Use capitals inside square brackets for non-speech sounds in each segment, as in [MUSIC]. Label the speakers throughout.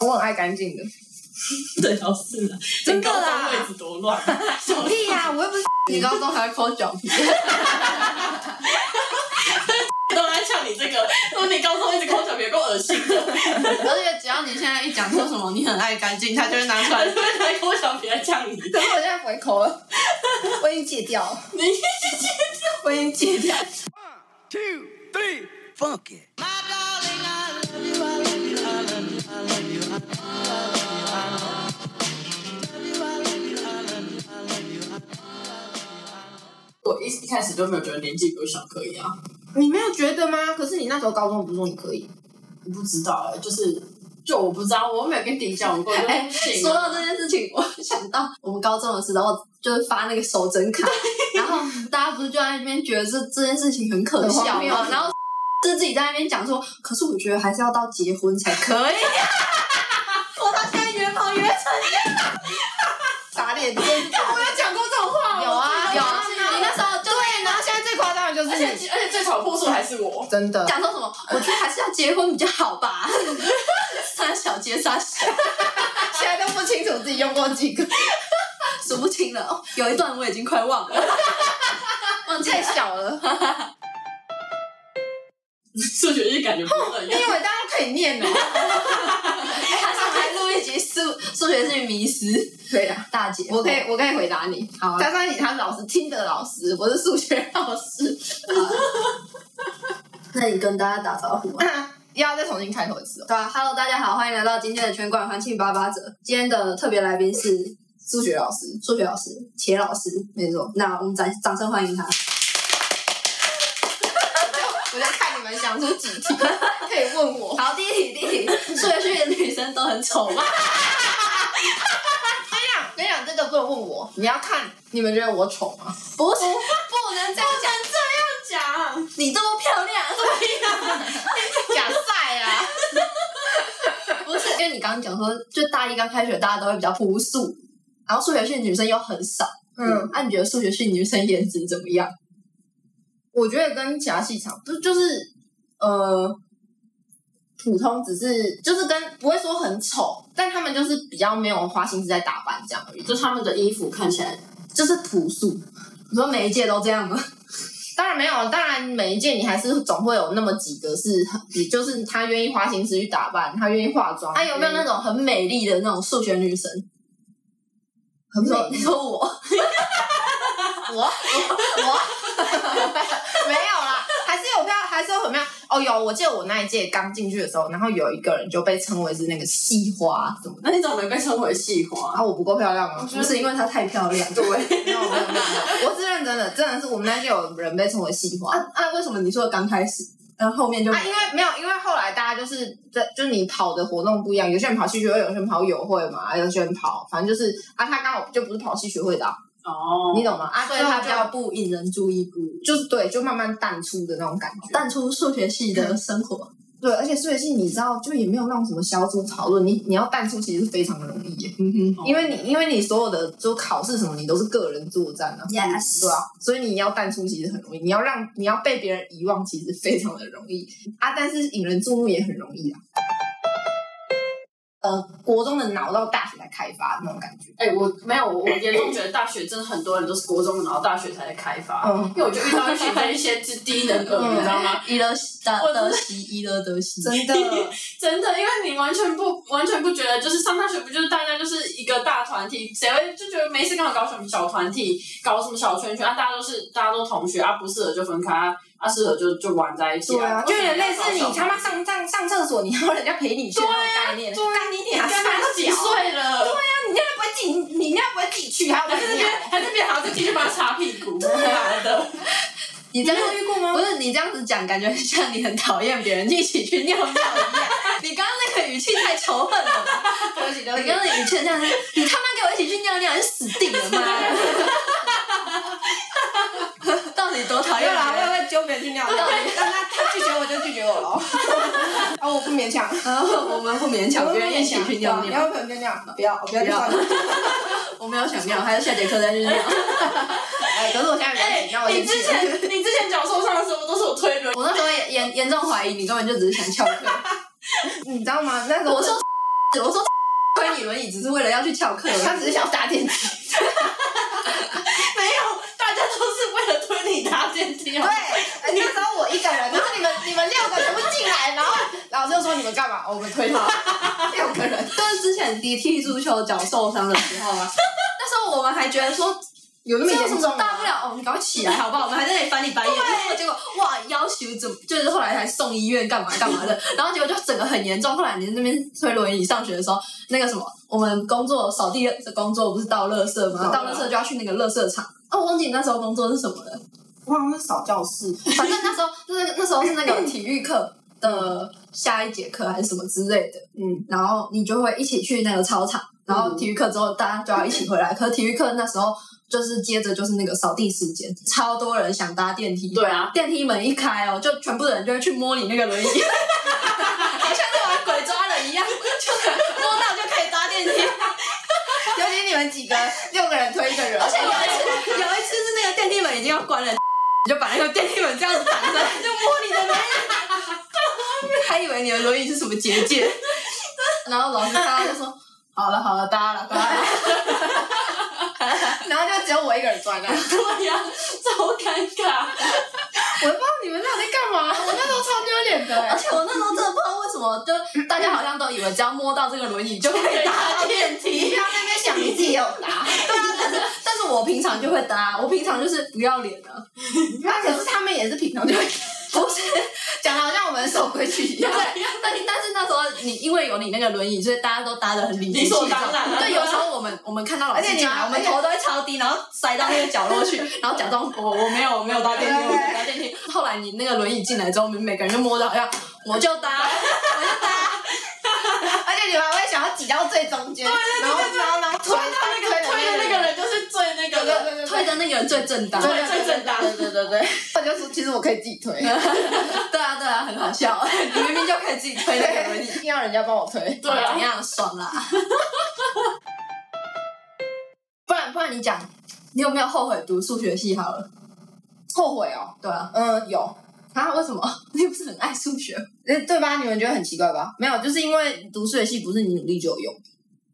Speaker 1: 我很爱干净的。
Speaker 2: 对，倒是啦，
Speaker 1: 真的啦
Speaker 2: 你高中位置
Speaker 3: [LAUGHS]
Speaker 2: 多乱，
Speaker 1: 屁呀、我又不是 [LAUGHS] 你高中还会抠脚皮，
Speaker 2: 都来呛你这个，说你高中一直抠脚，别够恶心的，
Speaker 3: 而且只 [LAUGHS] 要你现在一讲说什么你很爱干净，他就会拿出
Speaker 2: 还
Speaker 3: 来
Speaker 2: 是会来抠脚皮来呛你。
Speaker 1: 可是 [LAUGHS] 我现在不会抠了，我已经戒掉
Speaker 3: [LAUGHS]
Speaker 1: 了，
Speaker 2: 你
Speaker 1: 我已经戒掉了。
Speaker 4: two, three, funk it.
Speaker 2: [LAUGHS] 我一一开始就没有觉得年纪比我小可以啊，
Speaker 1: 你没有觉得吗？可是你那时候高中不是说你可以？
Speaker 2: 我不知道哎、就是就我不知道，我没有跟你讲过，我就
Speaker 3: 哎，
Speaker 2: 不
Speaker 1: 啊
Speaker 2: 信
Speaker 3: 说到这件事情，我想到我们高中的时候，就是发那个手整卡，然后大家不是就在那边觉得这这件事情很可
Speaker 1: 很
Speaker 3: 笑
Speaker 1: 荒谬
Speaker 3: 嘛，然后就自己在那边讲说，可是我觉得还是要到结婚才可以。啊
Speaker 2: [LAUGHS]
Speaker 3: 我到现在越跑越成，
Speaker 1: 打 [LAUGHS] 脸真的
Speaker 2: 我有讲过这种话
Speaker 3: 有啊有啊，你那时候就
Speaker 1: 对，然后现在最夸张的就
Speaker 2: 而
Speaker 1: 是
Speaker 2: 且
Speaker 3: [LAUGHS]
Speaker 1: 你，
Speaker 2: 而且最吵破数还是我，
Speaker 1: 真的。
Speaker 3: 讲说什么，我觉得还是要结婚比较好吧。 [LAUGHS] 三小接三小，
Speaker 1: 现在都不清楚自己用过几
Speaker 3: [LAUGHS]
Speaker 1: 个，
Speaker 3: 数不清了。哦，有一段我已经快忘了，忘记
Speaker 1: 太
Speaker 3: 了。
Speaker 1: 小了。
Speaker 2: 数学就感觉不一
Speaker 1: 你以
Speaker 2: 样。
Speaker 1: 为大家都可以念哦？
Speaker 3: 哎他上来录一集数数学是迷失
Speaker 1: 对呀、
Speaker 3: 大姐，
Speaker 1: 我可以，我可以回答你。
Speaker 3: 好啊
Speaker 1: 加上你他是老师，听的老师，我是数学老师，
Speaker 3: [LAUGHS] 那你跟大家打招呼啊。
Speaker 1: 要再重新开头一次哦。
Speaker 3: 对啊，Hello，大家好，欢迎来到今天的全馆欢庆八八折。今天的特别来宾是
Speaker 1: 数学老师，
Speaker 3: 数学老师且老师，没错。那我们掌掌声欢迎他。
Speaker 1: 我在看你们想出几题，可以问
Speaker 3: [LAUGHS]
Speaker 1: 我。
Speaker 3: 好，第一题，第一题，数学系的女生都很丑吗？
Speaker 1: 我跟你讲，这个不能问我，你要看你们觉得我丑吗？
Speaker 3: 不是，不能这样讲，
Speaker 2: 这样
Speaker 3: 你这么漂亮，
Speaker 1: 假赛啊！
Speaker 3: 不是，因为你刚刚讲说，就大一刚开学，大家都会比较朴素，然后数学系的女生又很少。
Speaker 1: 嗯，，
Speaker 3: 那、你觉得数学系女生颜值怎么样？
Speaker 1: 我觉得跟其他戏场不就是呃普通，只是就是跟不会说很丑，但他们就是比较没有花心思在打扮这样而已，
Speaker 2: 就他们的衣服看起来，
Speaker 1: 就是朴素。
Speaker 3: 你说每一届都这样吗？
Speaker 1: [LAUGHS] 当然没有，当然每一届你还是总会有那么几个是很，就是他愿意花心思去打扮，他愿意化妆。
Speaker 3: 啊，有没有那
Speaker 1: 愿意
Speaker 3: 种很美丽的那种数学女神？
Speaker 1: 很
Speaker 3: 你
Speaker 1: 美
Speaker 3: 说你说我，
Speaker 1: [LAUGHS] 我 [LAUGHS] 我没有啦，还是有漂，还是有很漂亮。哦，有，我记得我那一届刚进去的时候，然后有一个人就被称为是那个系花什么的。
Speaker 2: 那你怎么没被称为系花？
Speaker 1: 啊，我不够漂亮吗？
Speaker 3: 不是因为她太漂亮。对。
Speaker 1: 没有没有没有，没有 [LAUGHS] 我是认真的，真的是我们那届有人被称为系花
Speaker 3: 啊。啊，为什么你说刚开始，然后后面就
Speaker 1: 啊，因为没有，因为后来大家就是在，就是你跑的活动不一样，有些人跑戏学会，有些人跑友会嘛，有些人跑，反正就是啊，他刚好就不是跑戏学会的、啊，
Speaker 2: 哦
Speaker 1: 你懂吗？啊，
Speaker 3: 所
Speaker 1: 所
Speaker 3: 以
Speaker 1: 以
Speaker 3: 她
Speaker 1: 他
Speaker 3: 比
Speaker 1: 比
Speaker 3: 较
Speaker 1: 较
Speaker 3: 不引人注意，不
Speaker 1: 就是对，就慢慢淡出的那种感觉。
Speaker 3: 淡出数学系的生活。
Speaker 1: [LAUGHS] 对，而且数学系你知道，就也没有那种什么小组讨论，你你要淡出其实非常容易耶，
Speaker 3: 嗯哼。
Speaker 1: 因为你因为你所有的就考试什么，你都是个人作战啊
Speaker 3: Yes
Speaker 1: 对啊，所以你要淡出其实很容易，你要让你要被别人遗忘，其实非常的容易啊，但是引人注目也很容易啊。呃，国中的脑到大学才开发那种感觉，
Speaker 2: 哎、我没有，我我严重觉得大学真的很多人都是国中，然后大学才开发，
Speaker 1: 嗯
Speaker 2: 因为我就遇到一群这一些之低能儿，
Speaker 3: 嗯
Speaker 2: 你知道吗？
Speaker 3: 一乐得
Speaker 2: 我真的
Speaker 3: 得西，一乐得西。
Speaker 1: 真的 [LAUGHS]
Speaker 2: [LAUGHS] 真的，因为你完全不完全不觉得，就是上大学不就是大家就是一个大团体，谁会就觉得没事干嘛搞什么小团体，搞什么小圈圈啊？大家都是大家都同学啊，不适合就分开啊，啊适合就就玩在一起
Speaker 1: 对啊，就有点类似你他妈
Speaker 2: 上
Speaker 1: 上上上厕所，你还要人家陪你去那种概念，
Speaker 2: 对啊
Speaker 1: 干你娘，
Speaker 2: 干嘛都几
Speaker 1: 岁？
Speaker 2: 岁了，
Speaker 1: 你尿不会自己，你尿不会自己去，还要
Speaker 2: 还在那
Speaker 1: 人家
Speaker 2: 边。还在那边还要再继续帮他擦屁股，妈
Speaker 1: 啊
Speaker 2: [LAUGHS] 的！
Speaker 3: 你这样遇过吗？不是你这样子讲，感觉很像你很讨厌别人一起去尿尿一样。你刚刚那个语气太仇恨了吧？
Speaker 1: 对不起，对不
Speaker 3: 你
Speaker 1: 起
Speaker 3: 刚刚那语气很像是，你他妈给我一起去尿尿，你死定
Speaker 1: [LAUGHS]
Speaker 3: 了妈的！到底多讨
Speaker 1: 没
Speaker 3: 厌
Speaker 1: 有啦，
Speaker 3: 别
Speaker 1: 我也
Speaker 3: 人？
Speaker 1: 会揪别人去尿尿，但他他拒绝我就拒绝
Speaker 3: [LAUGHS]
Speaker 1: 我喽。啊，我不勉强，
Speaker 3: 然后哦我们不勉强别人一起去尿
Speaker 1: 你
Speaker 3: 尿，
Speaker 1: 要不要去尿？不要，我不要去
Speaker 3: 不要 [LAUGHS]
Speaker 1: 尿尿。
Speaker 3: 我没有想尿，还是下节课再去尿。
Speaker 1: [LAUGHS] 哎，可是我现在比较紧张，
Speaker 2: 哎
Speaker 1: 我，
Speaker 2: 你
Speaker 1: 先
Speaker 2: 之
Speaker 1: 去。
Speaker 2: 前你之前脚受伤的时候都是我推轮，
Speaker 3: 我那时候也严严重怀疑你根本就只是想翘课。
Speaker 1: 你知道吗？那时候
Speaker 3: 我说
Speaker 1: 我说 [LAUGHS] 推你轮椅只是为了要去翘课，
Speaker 4: 他只是想搭电梯，
Speaker 2: [LAUGHS] 没有，大家都是为了推你搭电梯
Speaker 4: 对，呃那时候我一个人，然后你们你们六个全部进来，然后老师就说你们干嘛？哦我们推他，六
Speaker 1: [LAUGHS]
Speaker 4: 个人，
Speaker 1: 就是之前你踢足球脚受伤的时候啊，那时候我们还觉得说
Speaker 4: 有那么
Speaker 1: 这有什
Speaker 4: 严
Speaker 1: 么
Speaker 4: 重
Speaker 1: 大不
Speaker 4: 吗？
Speaker 1: 了哦，你赶快起 [LAUGHS] 来好不好？我们还在那里翻你白眼，然后结果哇，要求怎么就是后来还送医院干嘛干嘛的，然后结果就整个很严重。后来你在那边推轮椅上学的时候，那个什么，我们工作扫地的工作不是倒垃圾吗？
Speaker 4: 嗯
Speaker 1: 倒垃圾就要去那个垃圾场。哦，我忘记你那时候工作是什么了。
Speaker 4: 我好像是扫教室，
Speaker 1: 反正那时候就是那时候是那个体育课的下一节课还是什么之类的，
Speaker 4: 嗯，
Speaker 1: 然后你就会一起去那个操场，然后体育课之后大家就要一起回来。可是体育课那时候就是接着就是那个扫地时间，超多人想搭电梯，
Speaker 2: 对啊，
Speaker 1: 电梯门一开哦，就全部的人就会去摸你那个轮椅，好像在玩鬼抓人一样，就摸到就可以搭电梯。
Speaker 4: 尤其你们几个六个人推一个人，
Speaker 1: 而且有一次，有一次是那个电梯门已经要关了， [LAUGHS] 你就把那个电梯门这样子挡着， [LAUGHS] 就摸你的轮椅， [LAUGHS] 还以为你的轮椅是什么结界。 [LAUGHS] 然后老师大家就说：“好了好了，搭了搭了。
Speaker 4: 然后就只有我一个人坐在那，我
Speaker 2: 对呀、超尴尬。
Speaker 4: 不知道你们到底在干嘛，我那时候超丢脸的”
Speaker 1: [LAUGHS] 而
Speaker 4: 欸，
Speaker 1: 且我那时候真的不知道为什么，就大家好像都以为只要摸到这个轮椅就可以搭电
Speaker 4: 你不
Speaker 1: 梯。
Speaker 4: 要在那边想你自己有答，
Speaker 1: 对啊，但是 [LAUGHS] 但是我平常就会搭，我平常就是不要脸的、
Speaker 4: 那可是他们也是平常就会
Speaker 1: 不是。
Speaker 4: 讲的好像我们守规矩一样，
Speaker 1: 对，但但是那时候你因为有你那个轮椅，所以大家都搭的很理直
Speaker 2: 理
Speaker 1: 气
Speaker 2: 所
Speaker 1: 壮。
Speaker 2: 当然啊
Speaker 1: 对，有时候我们我们看到老
Speaker 4: 而且
Speaker 1: 师
Speaker 4: 你
Speaker 1: 进来，我们
Speaker 4: 而且
Speaker 1: 头都会超低，然后塞到那个角
Speaker 4: [LAUGHS]
Speaker 1: 落去，然后假装哦我我没有我没有搭电梯，
Speaker 4: 对
Speaker 1: 我
Speaker 4: 对
Speaker 1: 没有搭电梯。后来你那个轮椅进来之后，我们每个人就摸着好像我就搭，我就搭。
Speaker 4: 而且你们还会想要挤到最中间，然后然后然后推
Speaker 2: 推到那个推的那个，人就是最那个
Speaker 4: 对对
Speaker 2: 的，
Speaker 4: 对对，
Speaker 1: 推的那个人最正当。
Speaker 2: 对最正当
Speaker 4: 对对对对，我就说其实我可以自己推，
Speaker 1: 对啊对啊，很好
Speaker 4: [LAUGHS]
Speaker 1: 笑，你明明就可以自己推那个轮椅，
Speaker 4: 一定要人家帮我推，
Speaker 2: 对啊
Speaker 1: 怎样爽啦？ [LAUGHS] 不然不然你讲，你有没有后悔读数学系好了？
Speaker 4: 后悔哦，
Speaker 1: 对啊。
Speaker 4: 嗯有。
Speaker 1: 啊？为什么？ [LAUGHS] 你不是很爱数学？
Speaker 4: 诶对吧？你们觉得很奇怪吧？没有，就是因为读数学系不是你努力就有用。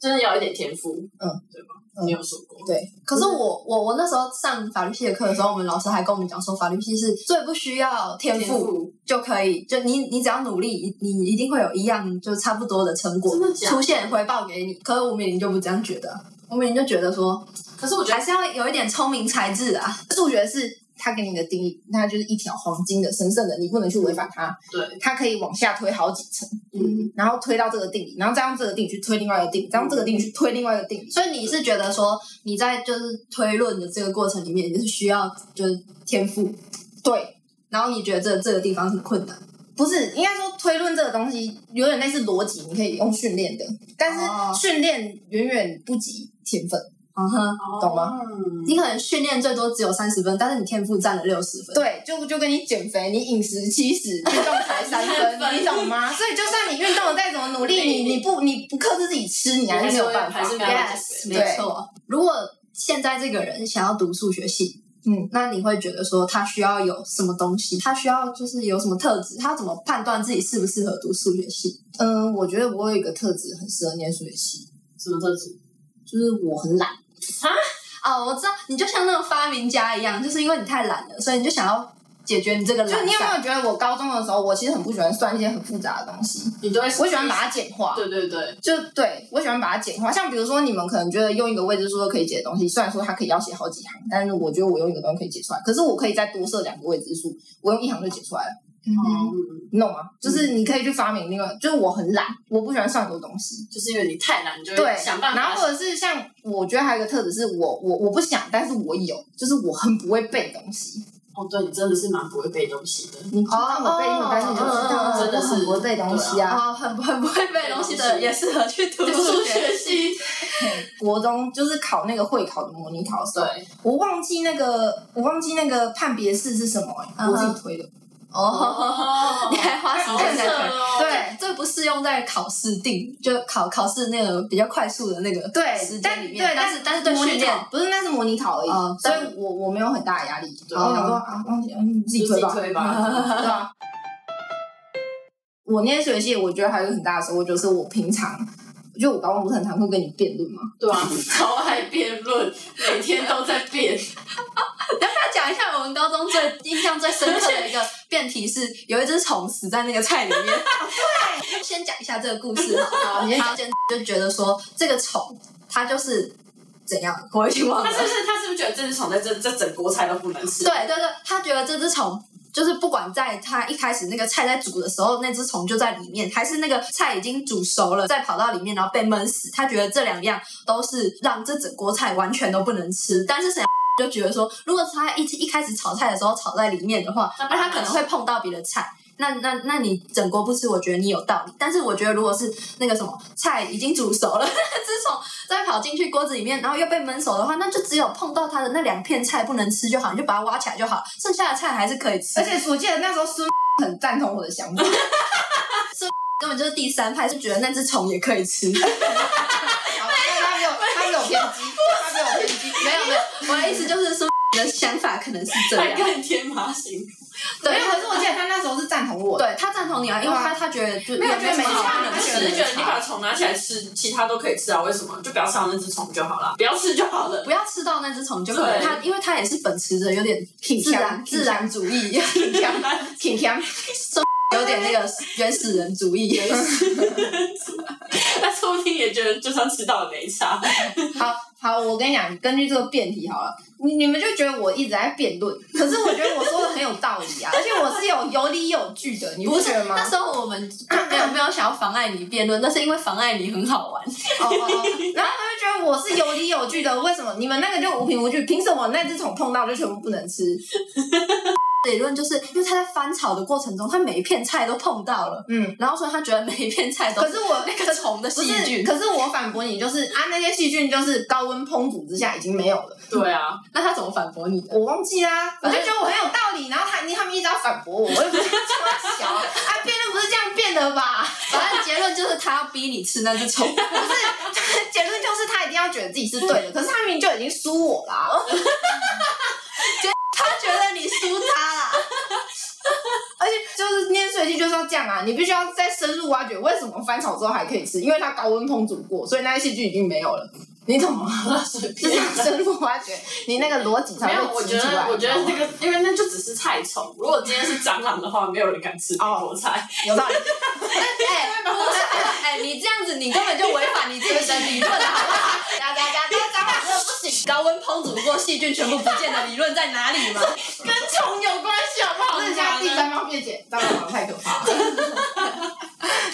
Speaker 2: 真的要一点天赋，
Speaker 4: 嗯，
Speaker 2: 对吧？
Speaker 4: 嗯
Speaker 2: 你有说过，
Speaker 4: 对，
Speaker 1: 可是我我我那时候上法律系的课的时候，我们老师还跟我们讲说，法律系是最不需要天
Speaker 2: 天
Speaker 1: 赋
Speaker 2: 赋
Speaker 1: 就可以，就你你只要努力，你你一定会有一样就差不多的成果
Speaker 2: 真的假的
Speaker 1: 出现回报给你。可是吴美玲就不这样觉得啊，吴美玲就觉得说，
Speaker 2: 可是我觉得
Speaker 1: 还是要有一点聪明才智啊。
Speaker 4: 数学是他给你的定义，那就是一条黄金的、神圣的，你不能去违反它。
Speaker 2: 对，
Speaker 4: 它可以往下推好几层，
Speaker 1: 嗯，
Speaker 4: 然后推到这个定理，然后再用这个定理去推另外一个定理，再用这个定理去推另外一个定理。
Speaker 1: 所以你是觉得说你在就是推论的这个过程里面，你是需要就是天赋，
Speaker 4: 对，
Speaker 1: 然后你觉得这这个地方很困难。
Speaker 4: 不是应该说推论这个东西有点类似逻辑，你可以用训练的，但
Speaker 1: 哦
Speaker 4: 是训练远远不及天分。
Speaker 1: 嗯哼。
Speaker 4: 懂吗？
Speaker 2: 嗯
Speaker 1: 你可能训练最多只有三十分，但是你天赋占了六十分。
Speaker 4: 对，就就跟你减肥，你饮食七十，运动才三
Speaker 2: 三
Speaker 4: 分，
Speaker 2: 分
Speaker 4: 你懂
Speaker 2: [LAUGHS]
Speaker 4: 吗？所以就算你运动得再怎么努力，你你不你不克制自己吃，你还是没有办法。
Speaker 2: 还是没有办法
Speaker 1: Yes，
Speaker 4: 对
Speaker 1: 没错。如果现在这个人想要读数学系，
Speaker 4: 嗯，
Speaker 1: 那你会觉得说他需要有什么东西？他需要就是有什么特质？他怎么判断自己适不适合读数学系？
Speaker 4: 嗯，我觉得我有一个特质很适合念数学系，
Speaker 2: 什么特质？
Speaker 4: 就是我很懒。
Speaker 1: 哦，我知道，你就像那种发明家一样，就是因为你太懒了，所以你就想要解决你这个
Speaker 4: 就
Speaker 1: 懒
Speaker 4: 你有没
Speaker 1: 散。
Speaker 4: 有觉得我高中的时候，我其实很不喜欢算一些很复杂的东西，
Speaker 2: 你都会
Speaker 4: 我喜欢嗯把它简化。
Speaker 2: 对对对，
Speaker 4: 就对我喜欢把它简化，像比如说你们可能觉得用一个未知数就可以解的东西，虽然说它可以要写好几行，但是我觉得我用一个东西可以解出来，可是我可以再多设两个未知数，我用一行就解出来了。
Speaker 1: 嗯，
Speaker 2: 嗯，
Speaker 4: 你懂吗？就是你可以去发明另外，就是我很懒，我不喜欢算很多东西。
Speaker 2: 就是因为你太懒，你就
Speaker 4: 对
Speaker 2: 会，想办法。
Speaker 4: 然后或者是像我觉得还有一个特质是我我我不想，但是我有，就是我很不会背东西。
Speaker 2: 哦，对你真的是蛮不会背东西的。
Speaker 4: 你知道我背英
Speaker 1: 哦
Speaker 4: 文，但是你就知道
Speaker 1: 嗯嗯嗯
Speaker 4: 啊
Speaker 2: 真的是
Speaker 4: 我很不会背东西啊。
Speaker 1: 哦，很很不会背东
Speaker 4: [LAUGHS]
Speaker 1: 西的人也适合去读
Speaker 2: 读
Speaker 1: 数
Speaker 2: 数
Speaker 1: 学。
Speaker 2: 学系，
Speaker 4: 国中就是考那个会考的模拟考的时候，
Speaker 2: 对，
Speaker 4: 我忘记那个我忘记那个判别式是什么、欸，
Speaker 1: 嗯哼
Speaker 4: 我自己推的。
Speaker 1: 哦， [LAUGHS] 你还花时
Speaker 2: 好
Speaker 1: 间在
Speaker 2: 色
Speaker 1: 推。
Speaker 2: 哦，
Speaker 4: 对
Speaker 1: 这不适用在考试定，就考考试那个比较快速的那个时
Speaker 4: 对，但
Speaker 1: 间里
Speaker 4: 对，
Speaker 1: 面。但是但是对
Speaker 4: 模拟
Speaker 1: 训练，
Speaker 4: 考不是那是模拟考而已，
Speaker 1: 哦
Speaker 4: 所以我我没有很大的压力。
Speaker 2: 对
Speaker 4: 然后我想说啊，忘记嗯自己
Speaker 2: 就自
Speaker 4: 推
Speaker 2: 己
Speaker 4: 吧，
Speaker 2: 推吧。
Speaker 4: 对啊。我念数学系，我觉得还有一个很大的收获就是我平常我觉得我高中不是很常会跟你辩论吗？
Speaker 2: 对啊，超爱辩论，每天都在辩。
Speaker 1: 要不要讲一下我们高中 [LAUGHS] 最印象最深刻的一个辩题是，有一只虫死在那个菜里面。 [LAUGHS] 对，先讲一下这个故事好。
Speaker 4: 你先
Speaker 1: 好，先就觉得说这个虫它就是怎样，我已经忘
Speaker 2: 他
Speaker 1: 了
Speaker 2: 是。不是他是不是觉得这只虫在这这整锅菜都不能吃？
Speaker 1: 对对对，他觉得这只虫。就是不管在它一开始那个菜在煮的时候，那只虫就在里面，还是那个菜已经煮熟了，再跑到里面然后被闷死。他觉得这两样都是让这整锅菜完全都不能吃。但是沈阳就觉得说，如果他一一开始炒菜的时候炒在里面的话，
Speaker 2: 那
Speaker 1: 那他可能会碰到别的菜。那那那你整锅不吃，我觉得你有道理。但是我觉得如果是那个什么菜已经煮熟了，那只虫再跑进去锅子里面，然后又被焖熟的话，那就只有碰到它的那两片菜不能吃就好，你就把它挖起来就好，剩下的菜还是可以
Speaker 4: [LAUGHS]
Speaker 1: 吃。
Speaker 4: [LAUGHS] 而且我记得那时候孙很赞同我的 [LAUGHS] 想法，
Speaker 1: 根本就是第三派，就觉得那只虫也可以吃。
Speaker 4: 他没有他没有偏激，他没有偏激，
Speaker 1: 没有没有，我的意思就是说，你的想法可能是这
Speaker 2: 太
Speaker 1: 样。
Speaker 2: 干天马行
Speaker 4: [LAUGHS] 没
Speaker 1: 对，
Speaker 4: 有。可是我记得他那时候是赞同我的，
Speaker 1: 对他赞同你啊，因为他他觉得就
Speaker 4: 没有觉得
Speaker 1: 什
Speaker 4: 没
Speaker 1: 么
Speaker 4: 差
Speaker 1: 好不
Speaker 2: 他
Speaker 1: 能
Speaker 4: 他
Speaker 1: 吃
Speaker 2: 只
Speaker 1: 的。
Speaker 2: 是觉得你把虫拿起来吃，其他都可以吃啊，为什么？就不要上那只虫就好了，不要吃就好了。
Speaker 1: 不要吃到那只虫就可以。
Speaker 2: 对
Speaker 1: 它因为它也是秉持着有点
Speaker 4: 挺
Speaker 1: 自然
Speaker 4: 强
Speaker 1: 自然主义，
Speaker 4: 挺 [LAUGHS] 强挺强，
Speaker 1: 有点那个原始人主
Speaker 4: [LAUGHS]
Speaker 1: 义。
Speaker 2: 但说不定也觉得就算吃到了没差。
Speaker 4: 好好，我跟你讲，根据这个辩题好了，你你们就觉得我一直在辩论，可是我觉得我说的很有道理啊，而且我是有有理有据的，你
Speaker 1: 不
Speaker 4: 觉
Speaker 1: 是
Speaker 4: 得吗？
Speaker 1: 那时候我们就没有没有想要妨碍你辩论，那是因为妨碍你很好玩。
Speaker 4: 哦哦哦，然后他就觉得我是有理有据的，为什么你们那个就无凭无据？凭什么那只虫碰到就全部不能吃？
Speaker 1: 理论就是因为他在翻炒的过程中，他每一片菜都碰到了，
Speaker 4: 嗯，
Speaker 1: 然后所以他觉得每一片菜都
Speaker 4: 可是我
Speaker 1: 那个虫的
Speaker 4: 不
Speaker 1: 细
Speaker 4: 是，
Speaker 1: 菌。
Speaker 4: 可是我反驳你，就是啊，那些细菌就是高温烹煮之下已经没有了，
Speaker 2: 对啊，
Speaker 1: 那他怎么反驳你的？
Speaker 4: 我忘记啦，我就觉得我很有道理，然后他你他们一直要反驳我，我也不知道怎么想，啊，辩论不是这样辩的吧？
Speaker 1: 反正 [LAUGHS] 结论就是他要逼你吃那只虫。
Speaker 4: 结论就是他一定要觉得自己是对的，可是他明明就已经输我啊啦。
Speaker 1: 他觉得你输他啦，
Speaker 4: 而且就是念水记就是要这样啊，你必须要再深入挖掘为什么翻炒之后还可以吃，因为它高温烹煮过，所以那些细菌已经没有了，你懂吗？
Speaker 2: [LAUGHS] 随
Speaker 4: 就
Speaker 2: 便
Speaker 4: 是要深入挖掘，你那个逻辑
Speaker 2: 没
Speaker 4: 才
Speaker 2: 有，我
Speaker 4: 会
Speaker 2: 觉
Speaker 4: 吃出
Speaker 2: 得
Speaker 4: 来。
Speaker 2: 我觉得
Speaker 4: 你
Speaker 2: 那个，因为那就只是菜虫。如果今天是蟑螂的话，没有人敢吃菠萝菜。
Speaker 4: 知道吗有道理。
Speaker 1: 哎、 [LAUGHS] 不是，哎、你这样子你根本就违反你自己的理论啊了，好不好？
Speaker 4: 大家大家大家
Speaker 1: 那不行，高温烹煮过细菌全部不见的理论在哪里吗？
Speaker 2: 跟虫有关系好不好？
Speaker 4: 那现在第三方辩解，蟑螂长得太可怕了。 [LAUGHS]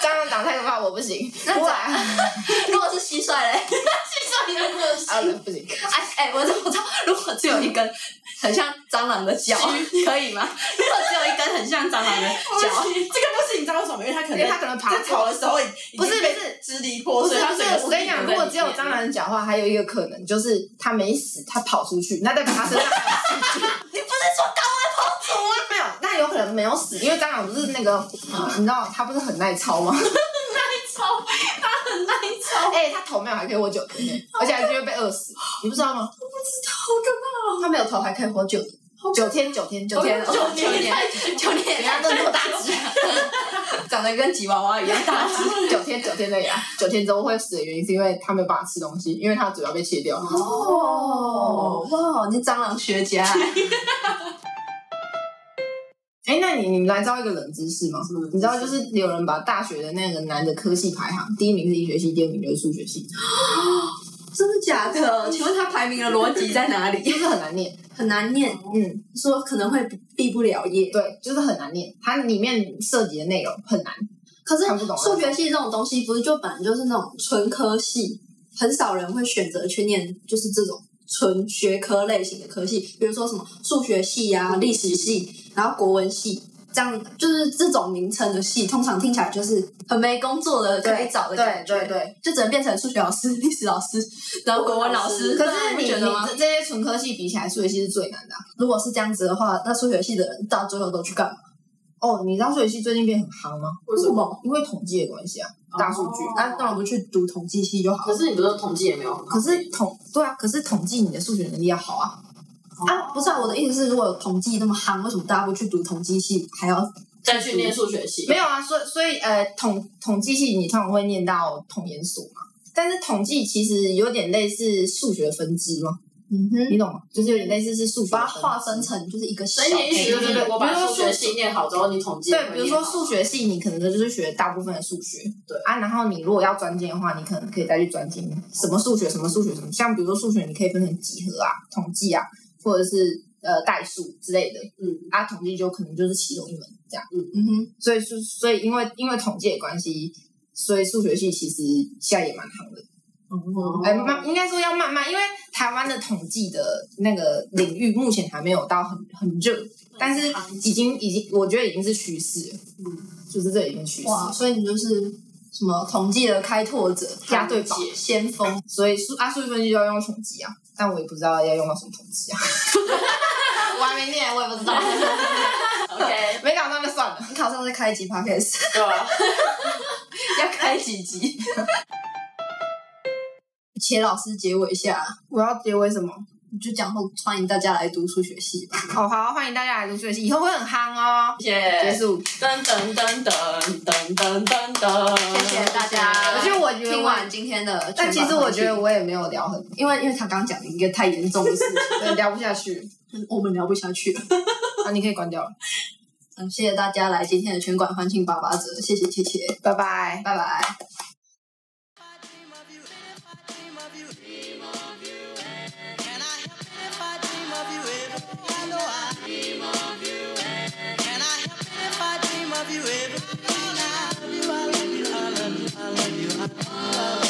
Speaker 4: 蟑螂长得太可怕，我不行。
Speaker 1: 那
Speaker 4: 我
Speaker 1: 咋 [LAUGHS] 如果是蟋蟀嘞，
Speaker 2: 上你的故事。
Speaker 4: 啊，不行。
Speaker 1: 哎哎，我知道我知道，如果只有一根很像蟑螂的脚，可以吗？如果只有一根很像蟑螂的脚，
Speaker 2: 这个不行，你知道为什么？因为它可
Speaker 4: 因
Speaker 2: 能
Speaker 4: 为它可能爬
Speaker 2: 在炒的时候已
Speaker 4: 不是
Speaker 2: 已经被
Speaker 4: 不是
Speaker 2: 支离破
Speaker 4: 不是
Speaker 2: 碎，它
Speaker 4: 不
Speaker 2: 整
Speaker 4: 是
Speaker 2: 个，
Speaker 4: 我跟你讲，如果只有蟑螂讲话，还有一个可能就是它没死，它跑出去，那代表它身上还有细菌。
Speaker 1: 你不是说高
Speaker 4: 怎么 [LAUGHS] 会没有？那有可能没有死，因为蟑螂不是那个，你知道它不是很耐操吗？
Speaker 2: 超，它很耐操，
Speaker 4: 哎、它头没有还可以活九年呢，而且还是会被饿死，你不知道吗？
Speaker 2: 好可
Speaker 4: 它没有头还可以活九年，九天九天九天
Speaker 2: 怕哦！九
Speaker 1: 九
Speaker 2: 年
Speaker 1: 年
Speaker 2: 太久，
Speaker 1: 九年
Speaker 4: 人家 [LAUGHS] 都那么大只，
Speaker 1: 长得跟吉娃娃一样大只？
Speaker 4: 九天九天的呀，九天之后会死的原因是因为它没有办法吃东西，因为它的嘴巴被切掉。
Speaker 1: 哦，哇，你蟑螂学家。
Speaker 4: 哎、那你你们来知道一个冷知识吗？
Speaker 2: 么冷知识
Speaker 4: 你知道就是有人把大学的那个男的科系排行，第一名是医学系，第二名就是数学系，
Speaker 1: 真的假的？请问他排名的逻辑在哪里？
Speaker 4: 就是 [LAUGHS] 很难念。
Speaker 1: 很难念，
Speaker 4: 嗯，
Speaker 1: 说可能会毕不了业。
Speaker 4: 对，就是很难念，它里面涉及的内容很难，可是看不懂啊。
Speaker 1: 数学系这种东西，不是就本来就是那种纯科系，很少人会选择去念，就是这种纯学科类型的科系，比如说什么数学系啊、历史系，然后国文系。这样就是这种名称的系，通常听起来就是很没工作的可
Speaker 4: 对
Speaker 1: 以找的
Speaker 4: 对
Speaker 1: 感觉，
Speaker 4: 对对。
Speaker 1: 就只能变成数学老师、历史老师，然后国文老师。
Speaker 4: 可
Speaker 1: 对啊
Speaker 4: 是
Speaker 1: 你不
Speaker 4: 你
Speaker 1: 觉
Speaker 4: 你
Speaker 1: 得吗
Speaker 4: 这？这些纯科系比起来，数学系是最难的啊、
Speaker 1: 如果是这样子的话，那数学系的人到最后都去干嘛？
Speaker 4: 哦，你知道数学系最近变很夯吗？
Speaker 2: 为什
Speaker 1: 么？
Speaker 4: 因为统计的关系啊，大数据。
Speaker 1: 那干嘛不去读统计系就好了？
Speaker 2: 可是你不是统计也没有很好
Speaker 4: 可是统对啊，可是统计你的数学能力要好啊。
Speaker 1: 啊，不是啊，我的意思是，如果有统计那么夯，为什么大家不去读统计系，还要
Speaker 2: 再去念数学系
Speaker 4: 没，有啊，所以所以呃，统统计系你通常会念到统研所嘛，但是统计其实有点类似数学分支嘛，
Speaker 1: 嗯哼，
Speaker 4: 你懂吗？就是有点类似是数学
Speaker 1: 把它
Speaker 4: 分
Speaker 1: 划
Speaker 4: 支
Speaker 1: 分成就是一个小
Speaker 2: 所以你意思就
Speaker 4: 对
Speaker 2: 是
Speaker 4: 对对
Speaker 2: 我把
Speaker 4: 比
Speaker 2: 数
Speaker 4: 如说
Speaker 2: 学
Speaker 4: 数
Speaker 2: 系念好之后，你统计也
Speaker 4: 对，
Speaker 2: 会
Speaker 4: 比如
Speaker 2: 念
Speaker 4: 说
Speaker 2: 好
Speaker 4: 数学系，你可能就是学大部分的数学，
Speaker 2: 对
Speaker 4: 啊，然后你如果要专精的话，你可能可以再去专精什么数学，什么数学，什么，像比如说数学，你可以分成几何啊、统计啊，或者是呃代数之类的，
Speaker 2: 嗯，
Speaker 4: 啊，统计就可能就是其中一门这样，
Speaker 1: 嗯哼，
Speaker 4: 所以是所以因为因为统计的关系，所以数学系其实现在也蛮夯的，
Speaker 1: 哦
Speaker 4: 哎、慢应该说要慢慢，因为台湾的统计的那个领域目前还没有到很很热，但是已经已经我觉得已经是趋势了，嗯，就是这已经是趋势了
Speaker 1: 哇，。所以你就是什么统计的开拓者、
Speaker 4: 压对宝
Speaker 1: 先锋，
Speaker 4: 所以数啊数学分析就要用统计啊，但我也不知道要用到什么统计啊， [LAUGHS] 我还没念，我也不知道，
Speaker 2: OK，
Speaker 4: [LAUGHS] 没搞上就算了。
Speaker 1: 你考上再开一集 podcast，
Speaker 2: 对吧？
Speaker 1: [LAUGHS] 要开几集？且老师结尾一下，
Speaker 4: 我要结尾什么？
Speaker 1: 你就讲后欢迎大家来读数学系吧。
Speaker 4: 哦，好，欢迎大家来读数学系，以后会很夯哦。
Speaker 2: 谢
Speaker 4: 结
Speaker 2: 谢，
Speaker 4: 束，
Speaker 2: 噔噔噔噔噔噔噔噔，
Speaker 1: 谢谢大家
Speaker 4: 可是我觉得
Speaker 1: 听
Speaker 4: 我，
Speaker 1: 完今天的，
Speaker 4: 但其实我觉得，我也没有聊很，
Speaker 1: [LAUGHS] 因为因为他刚刚讲了一个太严重的事
Speaker 4: [LAUGHS] 对聊不下去
Speaker 1: 情， [LAUGHS] 我们聊不下去了。
Speaker 4: [LAUGHS] 啊，你可以关掉了，
Speaker 1: [LAUGHS] 嗯，谢谢大家来今天的全馆欢庆八八折，谢谢谢谢，
Speaker 4: 拜拜。
Speaker 1: 拜拜。
Speaker 5: I love you, I love you, I love you.